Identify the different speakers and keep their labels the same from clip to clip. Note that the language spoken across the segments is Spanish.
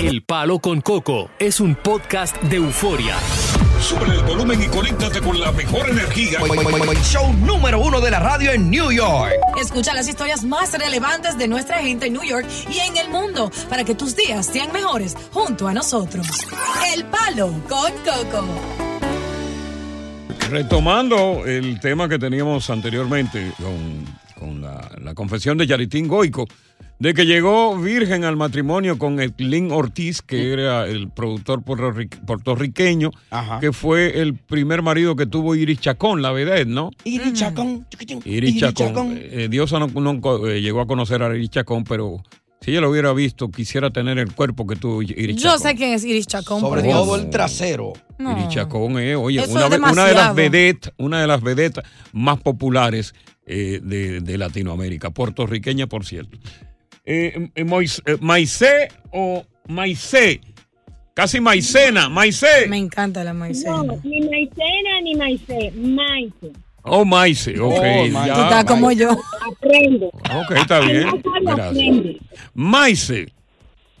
Speaker 1: El Palo con Coco es un podcast de euforia.
Speaker 2: Sube el volumen y conéctate con la mejor energía.
Speaker 3: Show número uno de la radio en New York.
Speaker 4: Escucha las historias más relevantes de nuestra gente en New York y en el mundo para que tus días sean mejores junto a nosotros. El Palo con Coco.
Speaker 5: Retomando el tema que teníamos anteriormente con, con la, la confesión de Yaritín Goico, de que llegó virgen al matrimonio con Etlin Ortiz, que era el productor puertorri- puertorriqueño,
Speaker 6: Ajá.
Speaker 5: que fue el primer marido que tuvo Iris Chacón, la vedette, ¿no?
Speaker 6: Iri Chacón. chiquitín,
Speaker 5: Iris
Speaker 6: Iri
Speaker 5: Chacón.
Speaker 6: Chacón.
Speaker 5: Eh, Diosa no, no, eh, llegó a conocer a Iris Chacón, pero si ella lo hubiera visto, quisiera tener el cuerpo que tuvo Iris
Speaker 4: Yo
Speaker 5: Chacón.
Speaker 4: sé quién es Iris Chacón.
Speaker 6: Sobre
Speaker 4: por Dios.
Speaker 6: todo el trasero.
Speaker 4: No.
Speaker 5: Iris Chacón es, oye,
Speaker 4: Ah. Eso
Speaker 5: una,
Speaker 4: es
Speaker 5: ve- una de las
Speaker 4: demasiado.
Speaker 5: vedetas, una de las vedetas más populares eh, de, de Latinoamérica, puertorriqueña, por cierto. Eh, eh, Mois- eh, Maicé o Maicé, casi Maicena, Maicé
Speaker 4: Me encanta la maicena.
Speaker 7: No, ni maicena ni maicé, maice.
Speaker 5: o Maicé, ok,
Speaker 6: Oh, Maicé.
Speaker 5: ya.
Speaker 6: Tú
Speaker 4: Está
Speaker 6: estás
Speaker 4: como yo.
Speaker 7: Aprende.
Speaker 5: ok, está bien, gracias.
Speaker 7: aprende.
Speaker 5: Maicé,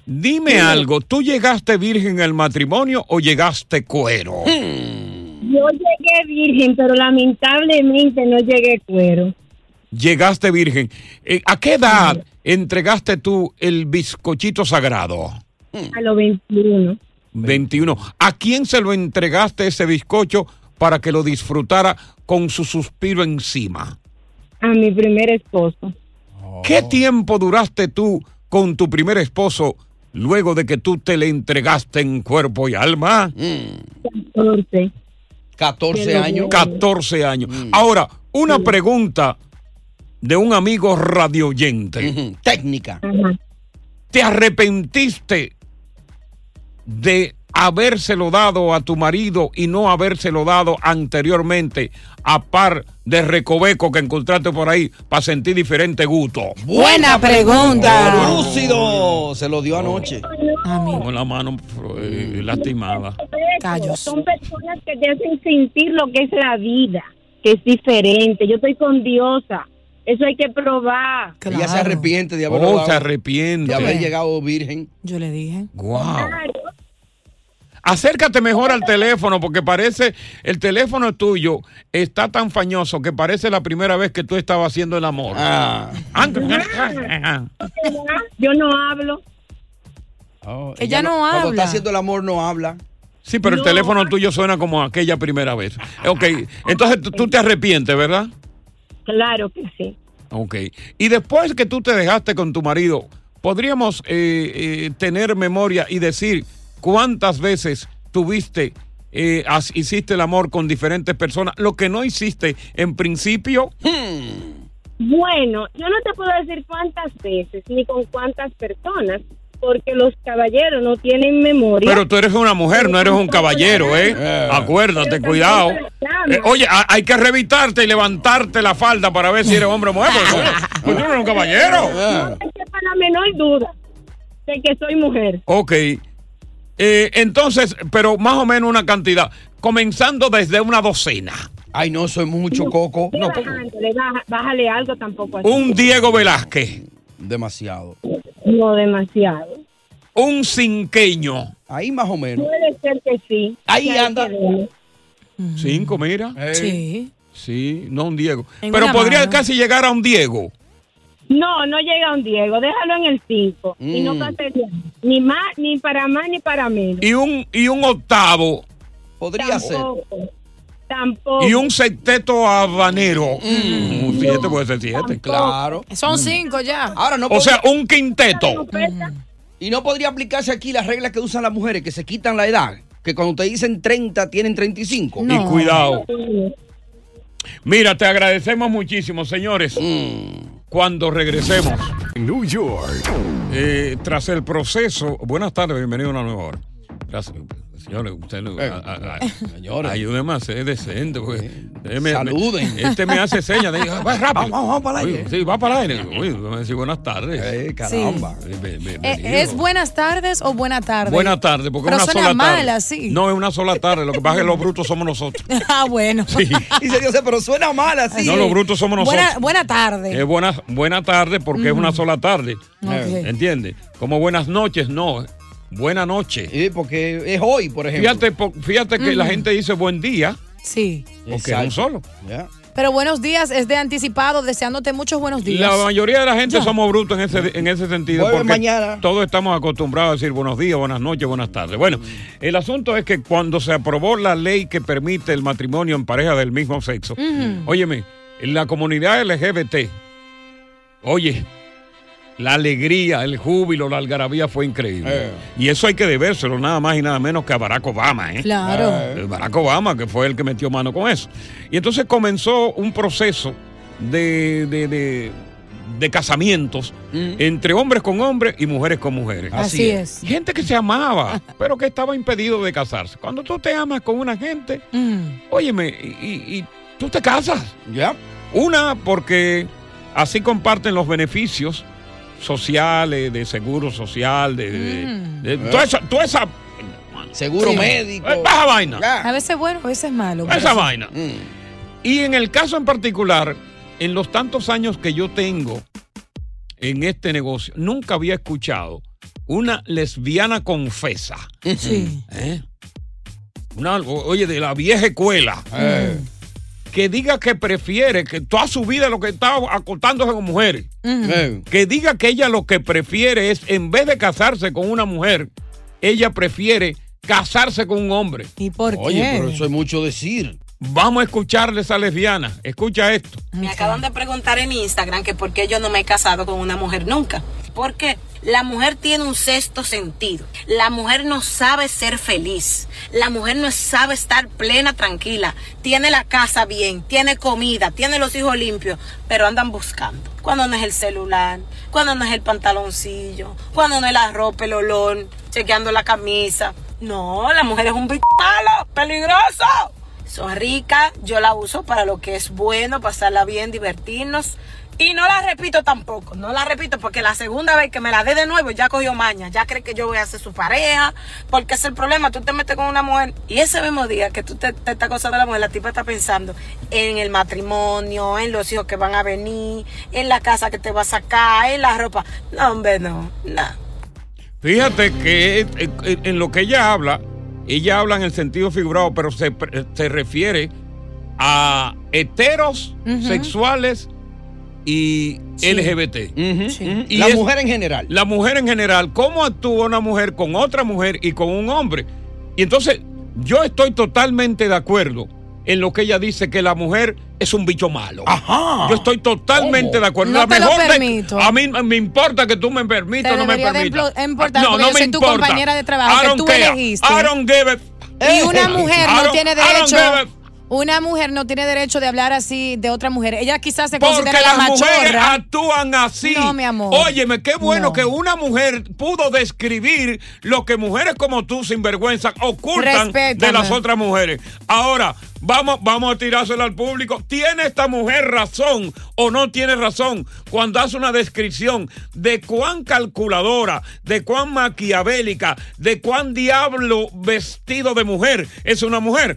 Speaker 5: dime algo, ¿tú llegaste virgen al matrimonio o llegaste cuero?
Speaker 7: Yo llegué virgen, pero lamentablemente no llegué cuero.
Speaker 5: Llegaste virgen. Eh, ¿A qué edad entregaste tú el bizcochito sagrado? Mm.
Speaker 7: A los 21.
Speaker 5: 21. ¿A quién se lo entregaste ese bizcocho para que lo disfrutara con su suspiro encima?
Speaker 7: A mi primer esposo.
Speaker 5: ¿Qué tiempo duraste tú con tu primer esposo luego de que tú te le entregaste en cuerpo y alma?
Speaker 7: 14.
Speaker 6: 14 años. Mm.
Speaker 5: 14 años. Ahora, una pregunta de un amigo radio oyente.
Speaker 6: Ujú, Técnica.
Speaker 7: Ajá.
Speaker 5: ¿Te arrepentiste de habérselo dado a tu marido y no habérselo dado anteriormente a par de recoveco que encontraste por ahí para sentir diferente gusto?
Speaker 4: Buena pregunta.
Speaker 6: Lúcido. Se lo dio anoche.
Speaker 4: A mí,
Speaker 5: Con la mano eh, lastimada.
Speaker 4: Callos.
Speaker 7: Son personas que te hacen sentir lo que es la vida, que es diferente. Yo estoy con Diosa. Eso hay que probar.
Speaker 4: claro.
Speaker 6: Ella se arrepiente de haber,
Speaker 5: Oh, se
Speaker 6: de haber
Speaker 5: arrepiente.
Speaker 6: llegado virgen.
Speaker 4: Yo le dije.
Speaker 5: Guau. Acércate mejor al teléfono porque parece el teléfono tuyo está tan fañoso que parece la primera vez que tú estabas haciendo el amor.
Speaker 6: Ah.
Speaker 5: Anda.
Speaker 7: Yo no hablo.
Speaker 4: Que ya no
Speaker 6: Oh, Cuando
Speaker 4: habla.
Speaker 6: está haciendo el amor no habla.
Speaker 5: Sí, pero el
Speaker 7: No.
Speaker 5: teléfono tuyo suena como aquella primera vez. Ok, entonces tú- tú te arrepientes, ¿verdad?
Speaker 7: Claro que sí.
Speaker 5: Ok. Y después que tú te dejaste con tu marido, ¿podríamos eh, eh, tener memoria y decir cuántas veces tuviste, eh, has- hiciste el amor con diferentes personas, lo que no hiciste en principio?
Speaker 7: Bueno, yo no te puedo decir cuántas veces ni con cuántas personas, porque los caballeros no tienen memoria.
Speaker 5: Pero tú eres una mujer, no eres un caballero, ¿eh?
Speaker 6: Eh.
Speaker 5: Acuérdate,
Speaker 7: Pero también
Speaker 5: cuidado.
Speaker 7: reclamo.
Speaker 5: Eh, oye, a- hay que revitarte y levantarte la falda para ver si eres hombre o mujer. porque- Pues tú no eres un caballero.
Speaker 6: Ah.
Speaker 7: No para la menor duda de que soy mujer.
Speaker 5: Ok. Eh, entonces, pero más o menos una cantidad, comenzando desde una docena.
Speaker 6: Ay, no, soy mucho coco.
Speaker 7: Y
Speaker 6: No,
Speaker 7: bajándole, baja- bájale algo tampoco así.
Speaker 5: Un Diego Velázquez,
Speaker 6: demasiado.
Speaker 7: No demasiado.
Speaker 5: un cinqueño.
Speaker 6: Ahí más o menos.
Speaker 7: Puede ser que sí.
Speaker 6: Ahí
Speaker 7: Ya hay
Speaker 6: anda.
Speaker 7: que verlo.
Speaker 5: Cinco, mira.
Speaker 6: Eh.
Speaker 4: Sí.
Speaker 5: Sí, no un Diego.
Speaker 4: En
Speaker 5: pero
Speaker 4: una
Speaker 5: podría
Speaker 4: mano.
Speaker 5: casi llegar a un Diego.
Speaker 7: No, no llega un Diego. Déjalo en el 5. Y no
Speaker 6: Mm.
Speaker 7: pase de ahí. Ni más, ni para más, ni para menos.
Speaker 5: Y un, y un octavo.
Speaker 6: Podría ser.
Speaker 7: Tampoco. Tampoco.
Speaker 5: Y un sexteto habanero.
Speaker 4: Mm.
Speaker 5: Un siete puede ser siete.
Speaker 6: Claro.
Speaker 5: Mm.
Speaker 4: Son cinco ya. Eh,
Speaker 6: Ahora no
Speaker 5: O sea,
Speaker 6: podría-
Speaker 5: un quinteto.
Speaker 7: Oferta.
Speaker 6: y no podría aplicarse aquí las reglas que usan las mujeres que se quitan la edad, que cuando te dicen 30 tienen 35.
Speaker 4: No.
Speaker 5: Y cuidado. Mira, te agradecemos muchísimo, señores. Cuando regresemos,
Speaker 1: New York.
Speaker 5: Eh, tras el proceso, buenas tardes, bienvenido a una nueva hora. Tras- señores, usted no-
Speaker 6: Eh,
Speaker 5: a- a-
Speaker 6: señores.
Speaker 5: ayúdeme a ser decente. porque usted
Speaker 6: Saluden.
Speaker 5: este me hace señas. de, "Ah, Va rápido.
Speaker 6: Vamos, vamos, vamos para el
Speaker 5: Oye,
Speaker 6: aire.
Speaker 5: Sí, va para el aire. Oye, me dice buenas tardes.
Speaker 6: Eh, caramba.
Speaker 5: Eh, be- be-
Speaker 4: Eh,
Speaker 5: bienvenido.
Speaker 4: ¿Es buenas tardes o buena tarde?
Speaker 5: Buenas tardes, porque
Speaker 4: Pero
Speaker 5: es una
Speaker 4: suena
Speaker 5: sola
Speaker 4: mal
Speaker 5: tarde.
Speaker 4: así.
Speaker 5: No, es una sola tarde. Lo que pasa es que los brutos somos nosotros.
Speaker 4: ah, bueno.
Speaker 5: Sí.
Speaker 6: Y se dice, pero suena mal así.
Speaker 5: No, los brutos somos nosotros.
Speaker 4: Buena, buena tarde.
Speaker 5: Es buena, buena tarde porque es una sola tarde. Eh,
Speaker 4: Ok.
Speaker 5: ¿Entiendes? Como buenas noches, no. Buena noche.
Speaker 6: Sí, porque es hoy, por ejemplo.
Speaker 5: Fíjate, po- fíjate que la gente dice buen día
Speaker 4: Sí.
Speaker 5: porque es
Speaker 6: Exacto.
Speaker 5: un solo.
Speaker 6: Ya.
Speaker 4: Pero buenos días es de anticipado, deseándote muchos buenos días.
Speaker 5: La mayoría de la gente
Speaker 4: Ya.
Speaker 5: somos brutos en ese, en ese sentido.
Speaker 6: Vuelve
Speaker 5: porque
Speaker 6: mañana.
Speaker 5: Todos estamos acostumbrados a decir buenos días, buenas noches, buenas tardes. Bueno, el asunto es que cuando se aprobó la ley que permite el matrimonio en pareja del mismo sexo,
Speaker 8: Mm.
Speaker 5: óyeme, en la comunidad LGBT, oye, la alegría, el júbilo, la algarabía fue increíble.
Speaker 6: Eh.
Speaker 5: Y eso hay que debérselo nada más y nada menos que a Barack Obama, ¿eh?
Speaker 4: Claro.
Speaker 5: de Barack Obama, que fue el que metió mano con eso. Y entonces comenzó un proceso de, de- de- de casamientos entre hombres con hombres y mujeres con mujeres.
Speaker 4: Así
Speaker 6: Así
Speaker 4: es.
Speaker 5: Y Gente que se amaba, pero que estaba impedido de casarse. Cuando tú te amas con una gente,
Speaker 4: Mm.
Speaker 5: óyeme, y- y- y tú te casas.
Speaker 6: Ya.
Speaker 5: Una, porque así comparten los beneficios sociales, de seguro social, de, de-
Speaker 4: Mm.
Speaker 5: de- toda esa... toda esa-
Speaker 6: Seguro
Speaker 4: Sí.
Speaker 6: médico.
Speaker 5: eh, baja vaina.
Speaker 4: A
Speaker 6: Ya.
Speaker 4: veces bueno, a veces malo.
Speaker 5: Esa vaina.
Speaker 6: Mm.
Speaker 5: Y en el caso en particular, en los tantos años que yo tengo en este negocio, nunca había escuchado una lesbiana confesa.
Speaker 4: Sí.
Speaker 5: ¿eh? Una- o- oye, de la vieja escuela.
Speaker 6: Eh,
Speaker 5: Que diga que prefiere, que toda su vida lo que está acotándose con mujeres.
Speaker 6: eh.
Speaker 5: que diga que ella lo que prefiere es, en vez de casarse con una mujer, ella prefiere casarse con un hombre.
Speaker 4: ¿Y por
Speaker 6: Oye,
Speaker 4: qué?
Speaker 6: pero eso es mucho decir.
Speaker 5: Vamos a escucharle a esa lesbiana. Escucha esto.
Speaker 9: Me acaban de preguntar en Instagram que por qué yo no me he casado con una mujer nunca. Porque la mujer tiene un sexto sentido. La mujer no sabe ser feliz. La mujer no sabe estar plena, tranquila. Tiene la casa bien, tiene comida, tiene los hijos limpios, pero andan buscando. Cuando no es el celular, cuando no es el pantaloncillo, cuando no es la ropa, el olor, chequeando la camisa. No, la mujer es un bicho malo, peligroso. Son ricas, yo la uso para lo que es bueno, pasarla bien, divertirnos. Y no la repito tampoco, no la repito porque la segunda vez que me la dé de nuevo ya cogió maña, ya cree que yo voy a ser su pareja, porque es el problema, tú te metes con una mujer y ese mismo día que tú te, te estás acosando a la mujer, la tipa está pensando en el matrimonio, en los hijos que van a venir, en la casa que te va a sacar, en la ropa. No, hombre, no, no.
Speaker 5: Fíjate que eh, eh, en lo que ella habla, ella habla en el sentido figurado, pero se, pre- se refiere a heteros sexuales y LGBT.
Speaker 6: Ujú,
Speaker 4: Sí.
Speaker 6: ujú.
Speaker 5: Y
Speaker 6: la
Speaker 5: es-
Speaker 6: mujer en general.
Speaker 5: la mujer en general, cómo actúa una mujer con otra mujer y con un hombre. Y entonces, yo estoy totalmente de acuerdo en lo que ella dice, que la mujer es un bicho malo.
Speaker 6: Ajá.
Speaker 5: Yo estoy totalmente
Speaker 6: ¿Cómo?
Speaker 5: de acuerdo.
Speaker 4: No
Speaker 5: La
Speaker 4: te lo
Speaker 5: mejor de-
Speaker 4: permito.
Speaker 5: a mí me importa que tú me permitas
Speaker 4: Te
Speaker 5: o no me
Speaker 4: debería de
Speaker 5: permitas.
Speaker 4: implo- importar, porque yo soy tu compañera de trabajo, que tú elegiste.
Speaker 5: I don't give a-
Speaker 4: Y una mujer
Speaker 5: Eh, I
Speaker 4: no
Speaker 5: don't-
Speaker 4: tiene
Speaker 5: I don't
Speaker 4: derecho.
Speaker 5: give a-
Speaker 4: Una mujer no tiene derecho de hablar así de otra mujer. Ella quizás se
Speaker 5: Porque
Speaker 4: considera la
Speaker 5: las mujeres
Speaker 4: machorra.
Speaker 5: actúan así.
Speaker 4: No, mi amor.
Speaker 5: Óyeme, qué bueno
Speaker 4: No.
Speaker 5: que una mujer pudo describir lo que mujeres como tú, sinvergüenza, ocultan
Speaker 4: Respétame.
Speaker 5: de las otras mujeres. Ahora, vamos, vamos a tirárselo al público. ¿Tiene esta mujer razón o no tiene razón cuando hace una descripción de cuán calculadora, de cuán maquiavélica, de cuán diablo vestido de mujer es una mujer?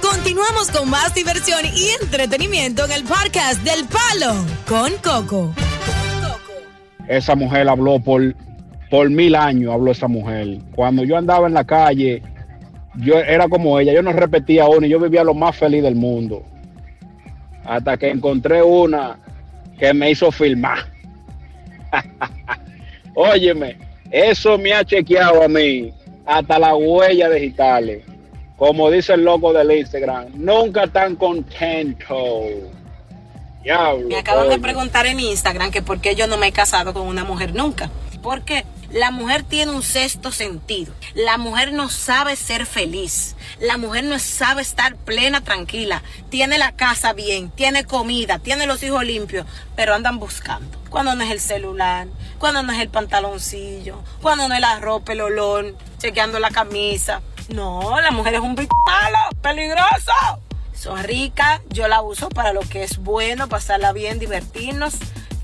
Speaker 4: Continuamos con más diversión y entretenimiento en el podcast del Palo con Coco.
Speaker 8: esa mujer habló por, por mil años, habló esa mujer. Cuando yo andaba en la calle, yo era como ella, yo no repetía una, y yo vivía lo más feliz del mundo. Hasta que encontré una que me hizo filmar. Óyeme, eso me ha chequeado a mí hasta las huellas digitales. Como dice el loco del Instagram, nunca tan contento. Diablo.
Speaker 9: Me acaban de
Speaker 8: coño.
Speaker 9: preguntar en Instagram que por qué yo no me he casado con una mujer nunca. Porque la mujer tiene un sexto sentido. La mujer no sabe ser feliz. La mujer no sabe estar plena, tranquila. Tiene la casa bien, tiene comida, tiene los hijos limpios, pero andan buscando. Cuando no es el celular, cuando no es el pantaloncillo, cuando no es la ropa, el olor, chequeando la camisa. No, la mujer es un bicho malo, peligroso. Son ricas, yo la uso para lo que es bueno, pasarla bien, divertirnos.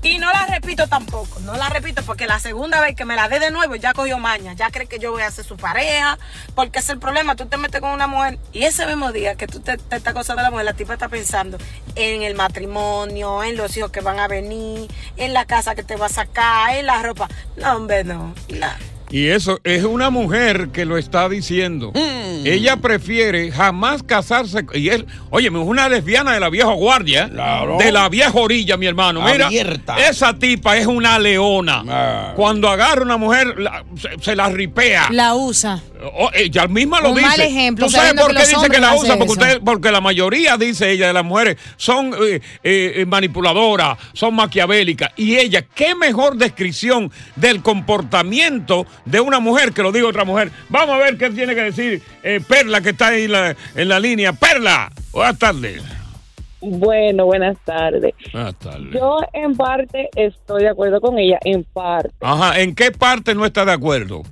Speaker 9: Y no la repito tampoco, no la repito porque la segunda vez que me la dé de nuevo ya cogió maña, ya cree que yo voy a ser su pareja, porque es el problema, tú te metes con una mujer y ese mismo día que tú te, te estás gozando de la mujer, la tipa está pensando en el matrimonio, en los hijos que van a venir, en la casa que te va a sacar, en la ropa. No, hombre, no. no.
Speaker 5: Y eso es una mujer que lo está diciendo. Ella prefiere jamás casarse. Y él, oye, es una lesbiana de la vieja guardia, de la vieja orilla, mi hermano. Mira,
Speaker 3: Abierta.
Speaker 5: esa tipa es una leona. Cuando agarra una mujer, la- se, se la ripea.
Speaker 4: La usa.
Speaker 5: O- ella Oh, eh, misma lo
Speaker 4: Un
Speaker 5: dice.
Speaker 4: mal ejemplo,
Speaker 5: ¿Tú sabes
Speaker 4: sabiendo
Speaker 5: por
Speaker 4: que
Speaker 5: qué
Speaker 4: los
Speaker 5: dice que
Speaker 4: hombres
Speaker 5: la
Speaker 4: hacen
Speaker 5: usa? Porque,
Speaker 4: eso.
Speaker 5: usted- porque la mayoría, dice ella, de las mujeres son eh, eh, manipuladoras, son maquiavélicas. Y ella, qué mejor descripción del comportamiento de una mujer que lo diga otra mujer. Vamos a ver qué tiene que decir eh, Perla, que está ahí la- en la línea. Perla, buenas tardes.
Speaker 10: Bueno, buenas tardes.
Speaker 5: Buenas tardes.
Speaker 10: Yo en parte estoy de acuerdo con ella, en parte.
Speaker 5: Ajá, ¿en qué parte no está de acuerdo?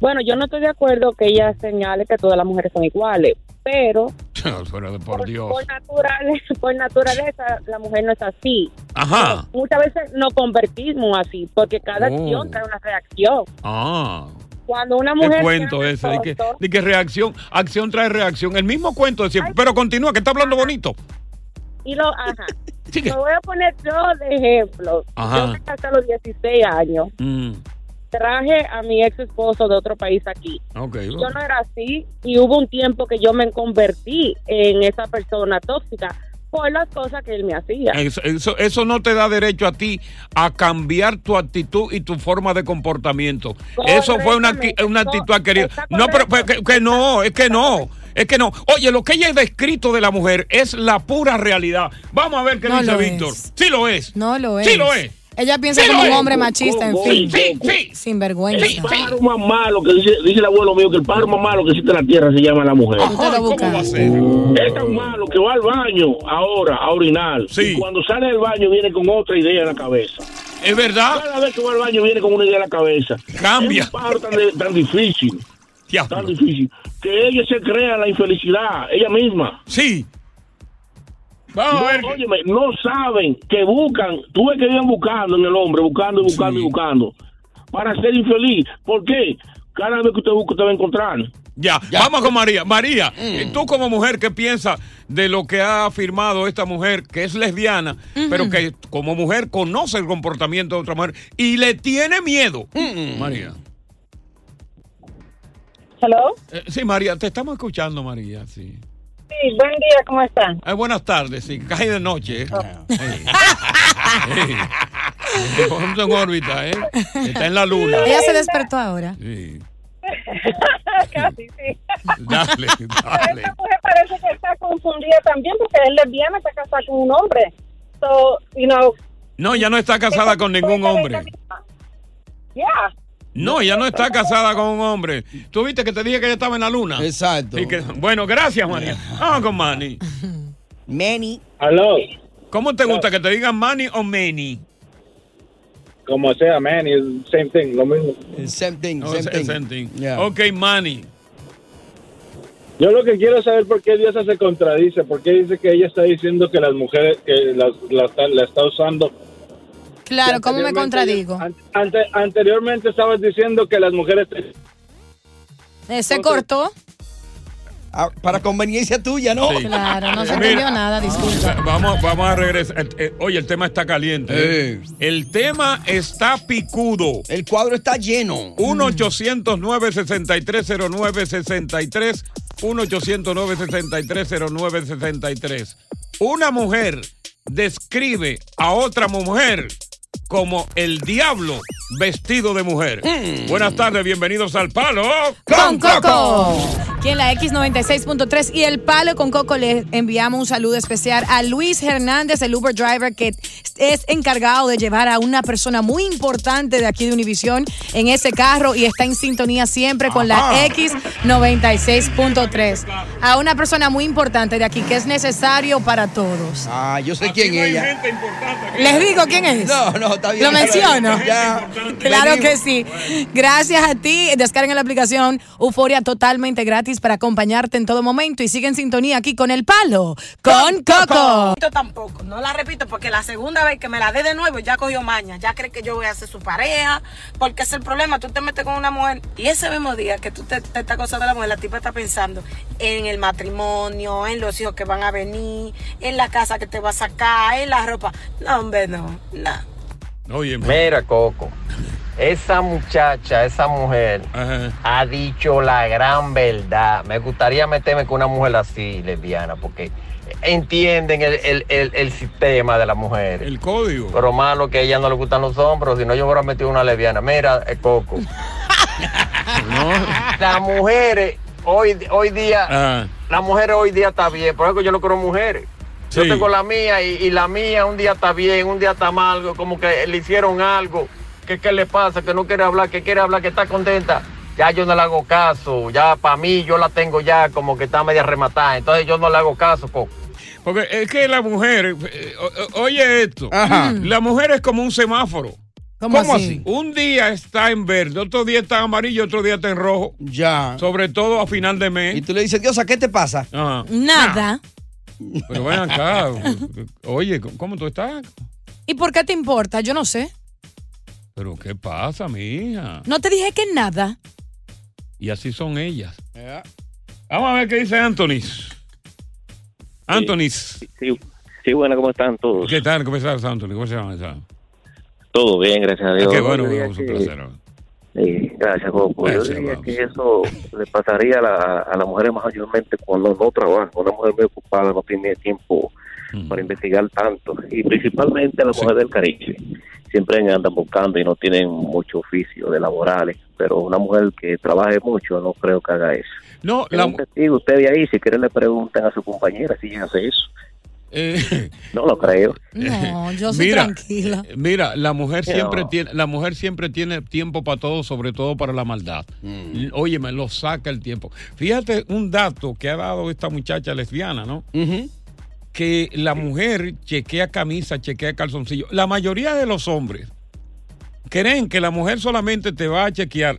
Speaker 10: Bueno, yo no estoy de acuerdo que ella señale que todas las mujeres son iguales, pero
Speaker 5: Pero, por Dios.
Speaker 10: por naturaleza, por naturaleza la mujer no es así.
Speaker 5: Ajá.
Speaker 10: Muchas veces nos convertimos así, porque cada
Speaker 5: Oh.
Speaker 10: acción trae una reacción.
Speaker 5: Ah.
Speaker 10: Cuando una
Speaker 5: ¿Qué
Speaker 10: mujer...
Speaker 5: cuento ese? ¿De que, de que reacción? Acción trae reacción. El mismo cuento de siempre. Pero continúa, que está hablando bonito.
Speaker 10: Y lo, ajá. Lo voy a poner yo de ejemplo.
Speaker 5: Ajá.
Speaker 10: Yo me casé a los 16 años.
Speaker 5: Mm,
Speaker 10: Traje a mi ex esposo de otro país aquí.
Speaker 5: ok.
Speaker 10: yo no era así y hubo un tiempo que yo me convertí en esa persona tóxica por las cosas que él me hacía.
Speaker 5: Eso, eso- eso no te da derecho a ti a cambiar tu actitud y tu forma de comportamiento. Eso fue una, acti-
Speaker 10: Correctamente.
Speaker 5: una actitud adquirida.
Speaker 10: Está
Speaker 5: No, pero
Speaker 10: correcto.
Speaker 5: pero que, que no, es que no. Es que no. Oye, lo que ella ha descrito de la mujer es la pura realidad. Vamos a ver qué
Speaker 4: No
Speaker 5: dice
Speaker 4: lo
Speaker 5: Víctor.
Speaker 4: es.
Speaker 5: Sí lo es.
Speaker 4: No lo es.
Speaker 5: Sí lo es.
Speaker 4: Ella piensa
Speaker 5: Eh. Sí
Speaker 4: como
Speaker 5: lo
Speaker 4: un
Speaker 5: es.
Speaker 4: hombre machista, en
Speaker 11: Sí,
Speaker 4: fin.
Speaker 11: sí,
Speaker 5: sí.
Speaker 4: Sin vergüenza.
Speaker 11: El pájaro más malo que dice, dice el abuelo mío que el pájaro más malo que existe en la tierra se llama la mujer.
Speaker 4: Usted lo busca.
Speaker 11: Es tan malo que va al baño ahora a orinar y cuando sale del baño viene con otra idea en la cabeza.
Speaker 5: Es verdad.
Speaker 11: Cada vez que va al baño viene con una idea en la cabeza.
Speaker 5: Cambia.
Speaker 11: Es un pájaro tan, de- tan difícil. Tan difícil. Que ella se crea la infelicidad, ella misma.
Speaker 5: Sí.
Speaker 11: no, óyeme, no saben que buscan, tuve que ir buscando en el hombre, buscando y buscando y buscando, para ser infeliz. ¿Por qué? Cada vez que usted busca, usted va a encontrar.
Speaker 5: Ya, vamos con María. María, eh, tú como mujer, ¿qué piensas de lo que ha afirmado esta mujer, que es lesbiana, pero que como mujer conoce el comportamiento de otra mujer y le tiene miedo? María.
Speaker 7: ¿Hello?
Speaker 5: Eh, sí, María, te estamos escuchando, María, sí.
Speaker 7: Sí, buen día, ¿cómo están?
Speaker 5: Eh, buenas tardes, sí, cae de noche. eh. Sí. Sí. Te ponemos en órbita, ¿eh? Está en la luna.
Speaker 4: Ella se despertó ahora.
Speaker 5: Sí.
Speaker 7: Casi, sí.
Speaker 5: Dale, dale.
Speaker 7: Esta mujer parece que está confundida también porque es lesbiana, está casada con un hombre. So, you know,
Speaker 5: No, ya no está casada con ningún hombre.
Speaker 7: yeah.
Speaker 5: No, ella no está casada con un hombre. Tú viste que te dije que ella estaba en la luna. Exacto. bueno, gracias, María. Vamos con Manny. Manny.
Speaker 12: Aló.
Speaker 5: ¿Cómo te gusta que te digan Manny o Manny?
Speaker 12: Como sea, man, es same thing, lo mismo.
Speaker 6: Same thing,
Speaker 5: No,
Speaker 6: same
Speaker 5: es-
Speaker 6: thing.
Speaker 5: es same thing. Ok, Manny.
Speaker 12: Yo lo que quiero saber por qué Diosa se contradice, por qué dice que ella está diciendo que las mujeres, que las, la, está- la está usando.
Speaker 4: Claro, ¿cómo me
Speaker 12: Anteriormente,
Speaker 4: contradigo?
Speaker 12: Ante- anteriormente estabas diciendo que las mujeres... te-
Speaker 4: Eh, Se cortó.
Speaker 6: Ah, para conveniencia tuya, ¿no?
Speaker 5: Sí.
Speaker 4: Claro, no se
Speaker 5: Mira.
Speaker 4: entendió nada, disculpa.
Speaker 5: Va- Vamos, vamos a regresar. Eh, eh, Oye, el tema está caliente. ¿eh? El tema está picudo.
Speaker 6: El cuadro está lleno.
Speaker 5: 1-800-963-0963. 1-800-963-0963. Una mujer describe a otra mujer como el diablo vestido de mujer.
Speaker 6: Mm.
Speaker 5: Buenas tardes, bienvenidos al Palo
Speaker 4: con Coco. Aquí en la X96.3 y el Palo con Coco le enviamos un saludo especial a Luis Hernández, el Uber driver que es encargado de llevar a una persona muy importante de aquí de Univisión en ese carro y está en sintonía siempre con
Speaker 13: Ajá.
Speaker 4: la X96.3. A una persona muy importante de aquí que es necesario para todos.
Speaker 6: Ah, yo sé quién es ella.
Speaker 4: Les digo quién es.
Speaker 6: No, no, está bien.
Speaker 4: Lo menciono.
Speaker 6: Ya.
Speaker 4: Claro
Speaker 6: Venimos.
Speaker 4: que sí. Gracias a ti. Descarguen la aplicación Euforia totalmente gratis para acompañarte en todo momento y sigue en sintonía aquí con El Palo con Coco.
Speaker 9: Yo tampoco, no la repito porque la segunda vez que me la dé de nuevo ya cogió maña, ya cree que yo voy a ser su pareja, porque es el problema, tú te metes con una mujer y ese mismo día que tú te, te estás gozando de la mujer, la tipa está pensando en el matrimonio, en los hijos que van a venir, en la casa que te va a sacar, en la ropa. No, hombre, no, no.
Speaker 14: Mira, Coco. Esa muchacha, esa mujer, ha dicho la gran verdad. Me gustaría meterme con una mujer así, lesbiana, porque entienden el, el- el- el sistema de las mujeres. El
Speaker 5: código.
Speaker 14: Pero malo que a ella no le gustan los hombros, si no yo hubiera metido una lesbiana. Mira, eh, Coco. Las mujeres, hoy, hoy día,
Speaker 5: Ah.
Speaker 14: las mujeres hoy día está bien. Por ejemplo, yo no creo mujeres. Yo
Speaker 5: Sí.
Speaker 14: tengo la mía y, y la mía un día está bien, un día está mal, como que le hicieron algo. que qué le pasa? Que no quiere hablar, que quiere hablar, que está contenta. Ya yo no le hago caso. Ya para mí yo la tengo ya como que está media rematada. Entonces yo no le hago caso, Coco.
Speaker 5: Porque eh, es que la mujer, eh, o- o- oye esto, Mm.
Speaker 14: Ajá.
Speaker 5: la mujer es como un semáforo.
Speaker 6: ¿Cómo ¿Cómo así? así?
Speaker 5: Un día está en verde, otro día está en amarillo, otro día está en rojo.
Speaker 6: Ya.
Speaker 5: Sobre todo a final de mes. Y
Speaker 6: tú le dices, Diosa, ¿qué te pasa?
Speaker 4: Nada.
Speaker 5: Pero ven acá. Oye, ¿cómo tú estás?
Speaker 4: ¿Y por qué te importa? Yo no sé.
Speaker 5: Pero ¿qué pasa, mi hija?
Speaker 4: No te dije que nada.
Speaker 5: Y así son ellas. Vamos a ver qué dice Anthony. Anthony.
Speaker 15: Sí, sí, bueno, ¿cómo están todos?
Speaker 5: ¿Qué tal? ¿Cómo estás, Anthony? ¿Cómo se llama esa?
Speaker 15: Todo bien, gracias a Dios.
Speaker 5: Ah, Qué bueno,
Speaker 15: Yo
Speaker 5: bueno,
Speaker 15: diría
Speaker 5: es un
Speaker 15: que-
Speaker 5: placer.
Speaker 15: Sí, gracias, Coco. Pues Yo
Speaker 5: Gracias,
Speaker 15: diría que eso le pasaría a la, a las mujeres mayormente cuando no trabajan. Una mujer muy ocupada no tiene tiempo
Speaker 5: Mm.
Speaker 15: para investigar tanto. Y principalmente a las mujeres del Caribe. Siempre andan buscando y no tienen mucho oficio de laborales. Pero una mujer que trabaje mucho no creo que haga eso.
Speaker 5: No,
Speaker 15: la... un testigo, usted de ahí, si quieren le preguntan a su compañera si ella hace eso.
Speaker 5: Eh,
Speaker 15: No lo creo.
Speaker 4: No, yo soy
Speaker 5: Mira,
Speaker 4: tranquila.
Speaker 5: eh, Mira, la mujer
Speaker 15: No.
Speaker 5: siempre tiene, la mujer siempre tiene tiempo para todo, sobre todo para la maldad. L- Óyeme, lo saca el tiempo. Fíjate un dato que ha dado esta muchacha lesbiana, ¿no? Que la mujer chequea camisa, chequea calzoncillo. La mayoría de los hombres creen que la mujer solamente te va a chequear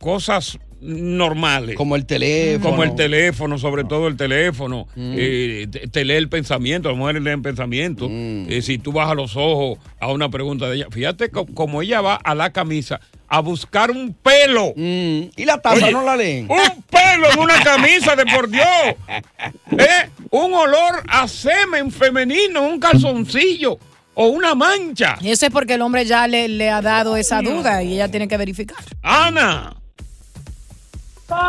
Speaker 5: cosas normales. Como
Speaker 6: el teléfono. Mm.
Speaker 5: Como el teléfono, sobre todo el teléfono. Eh, te, te lee el pensamiento, las mujeres leen pensamiento.
Speaker 6: Mm.
Speaker 5: Eh, si tú bajas los ojos a una pregunta de ella, fíjate co- como ella va a la camisa a buscar un pelo.
Speaker 6: Mm. Y la taza no la leen.
Speaker 5: Un pelo en una camisa de por Dios. Eh, Un olor a semen femenino, un calzoncillo o una mancha.
Speaker 4: Y eso es porque el hombre ya le, le ha dado esa duda y ella tiene que verificar.
Speaker 5: Ana,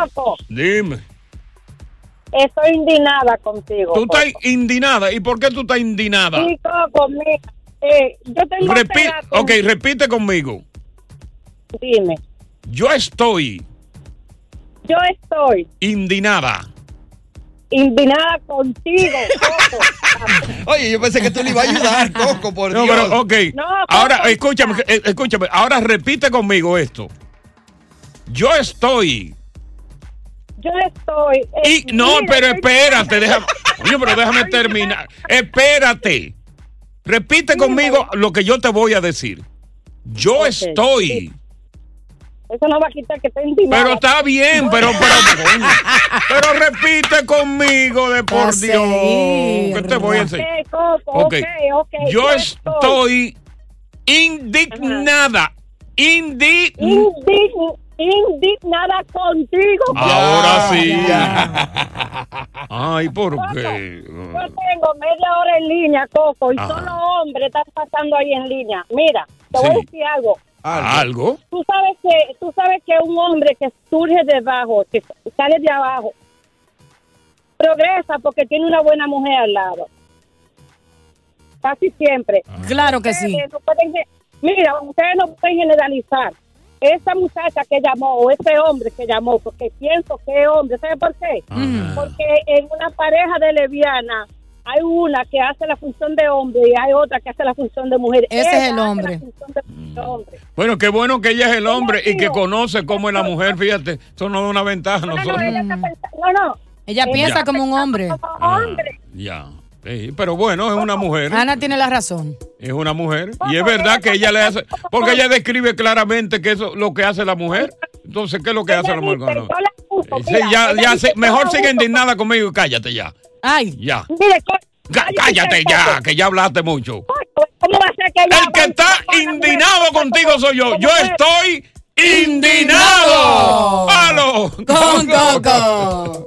Speaker 7: Coco,
Speaker 5: dime.
Speaker 7: estoy indignada contigo.
Speaker 5: Tú estás
Speaker 7: Coco.
Speaker 5: indignada. ¿Y por qué tú estás indignada?
Speaker 7: Sí, Coco, mira, eh, yo tengo
Speaker 5: Repi-
Speaker 7: este gato.
Speaker 5: ok, repite conmigo.
Speaker 7: Dime,
Speaker 5: Yo estoy
Speaker 7: yo estoy
Speaker 5: indignada.
Speaker 7: indignada contigo, Coco.
Speaker 6: Oye, yo pensé que tú le ibas a ayudar, Coco, por
Speaker 5: No,
Speaker 6: Dios.
Speaker 5: pero ok. Ahora, escúchame, eh, escúchame. Ahora repite conmigo esto. Yo estoy.
Speaker 7: Yo estoy.
Speaker 5: Y, no,
Speaker 7: mira,
Speaker 5: pero
Speaker 7: estoy-
Speaker 5: espérate, déjame. Oye, pero déjame terminar. Espérate. Repite conmigo lo que yo te voy a decir. Yo
Speaker 7: Ok,
Speaker 5: estoy.
Speaker 7: Eso no va a quitar que esté indignada.
Speaker 5: Pero está bien, pero, pero, coño. pero repite conmigo de
Speaker 7: A
Speaker 5: por Dios.
Speaker 7: seguir.
Speaker 5: Que te voy a enseñar.
Speaker 7: Ok, Coco,
Speaker 5: Ok.
Speaker 7: ok, ok,
Speaker 5: Yo
Speaker 7: yo
Speaker 5: estoy indignada. Indi.
Speaker 7: Indign- indignada contigo.
Speaker 5: Ahora
Speaker 7: Coco.
Speaker 5: sí. Ay, ¿por qué?
Speaker 7: Yo tengo media hora en línea, Coco, y solo hombres están pasando ahí en línea. Mira, te voy a decir algo.
Speaker 5: ¿Algo?
Speaker 7: Tú sabes que tú sabes que un hombre que surge de abajo, que sale de abajo, progresa porque tiene una buena mujer al lado. Casi siempre.
Speaker 4: Claro que sí.
Speaker 7: Ustedes No pueden, Mira, ustedes no pueden generalizar. Esa muchacha que llamó o ese hombre que llamó, porque pienso que es hombre, ¿sabe por qué? Porque en una pareja de lesbiana hay una que hace la función de hombre y hay otra que hace la función de mujer.
Speaker 4: Ese es
Speaker 7: Ella
Speaker 4: el
Speaker 7: hace
Speaker 4: hombre.
Speaker 7: la de hombre.
Speaker 5: Bueno, qué bueno que ella es el hombre y que conoce cómo es la mujer, fíjate, eso nos da una ventaja a nosotros.
Speaker 7: No, no.
Speaker 4: Ella
Speaker 5: Ya.
Speaker 4: piensa como un hombre.
Speaker 5: Ya. Sí, pero bueno, es una mujer,
Speaker 6: Ah.
Speaker 4: Ana tiene la razón.
Speaker 5: es una mujer. Y es verdad que ella le hace, porque ella describe claramente que eso es lo que hace la mujer. Entonces, ¿qué es lo que hace la mujer? con la- Sí, ya, ya, sí, mejor sigue indignada conmigo y cállate ya.
Speaker 4: Ay.
Speaker 5: Ya.
Speaker 7: Mire, co-
Speaker 5: Cá- cállate ya, que ya hablaste mucho.
Speaker 7: ¿cómo va a ser que ella
Speaker 5: El que está indignado contigo soy yo. Yo estoy indignado. ¡Palo!
Speaker 4: Con Coco.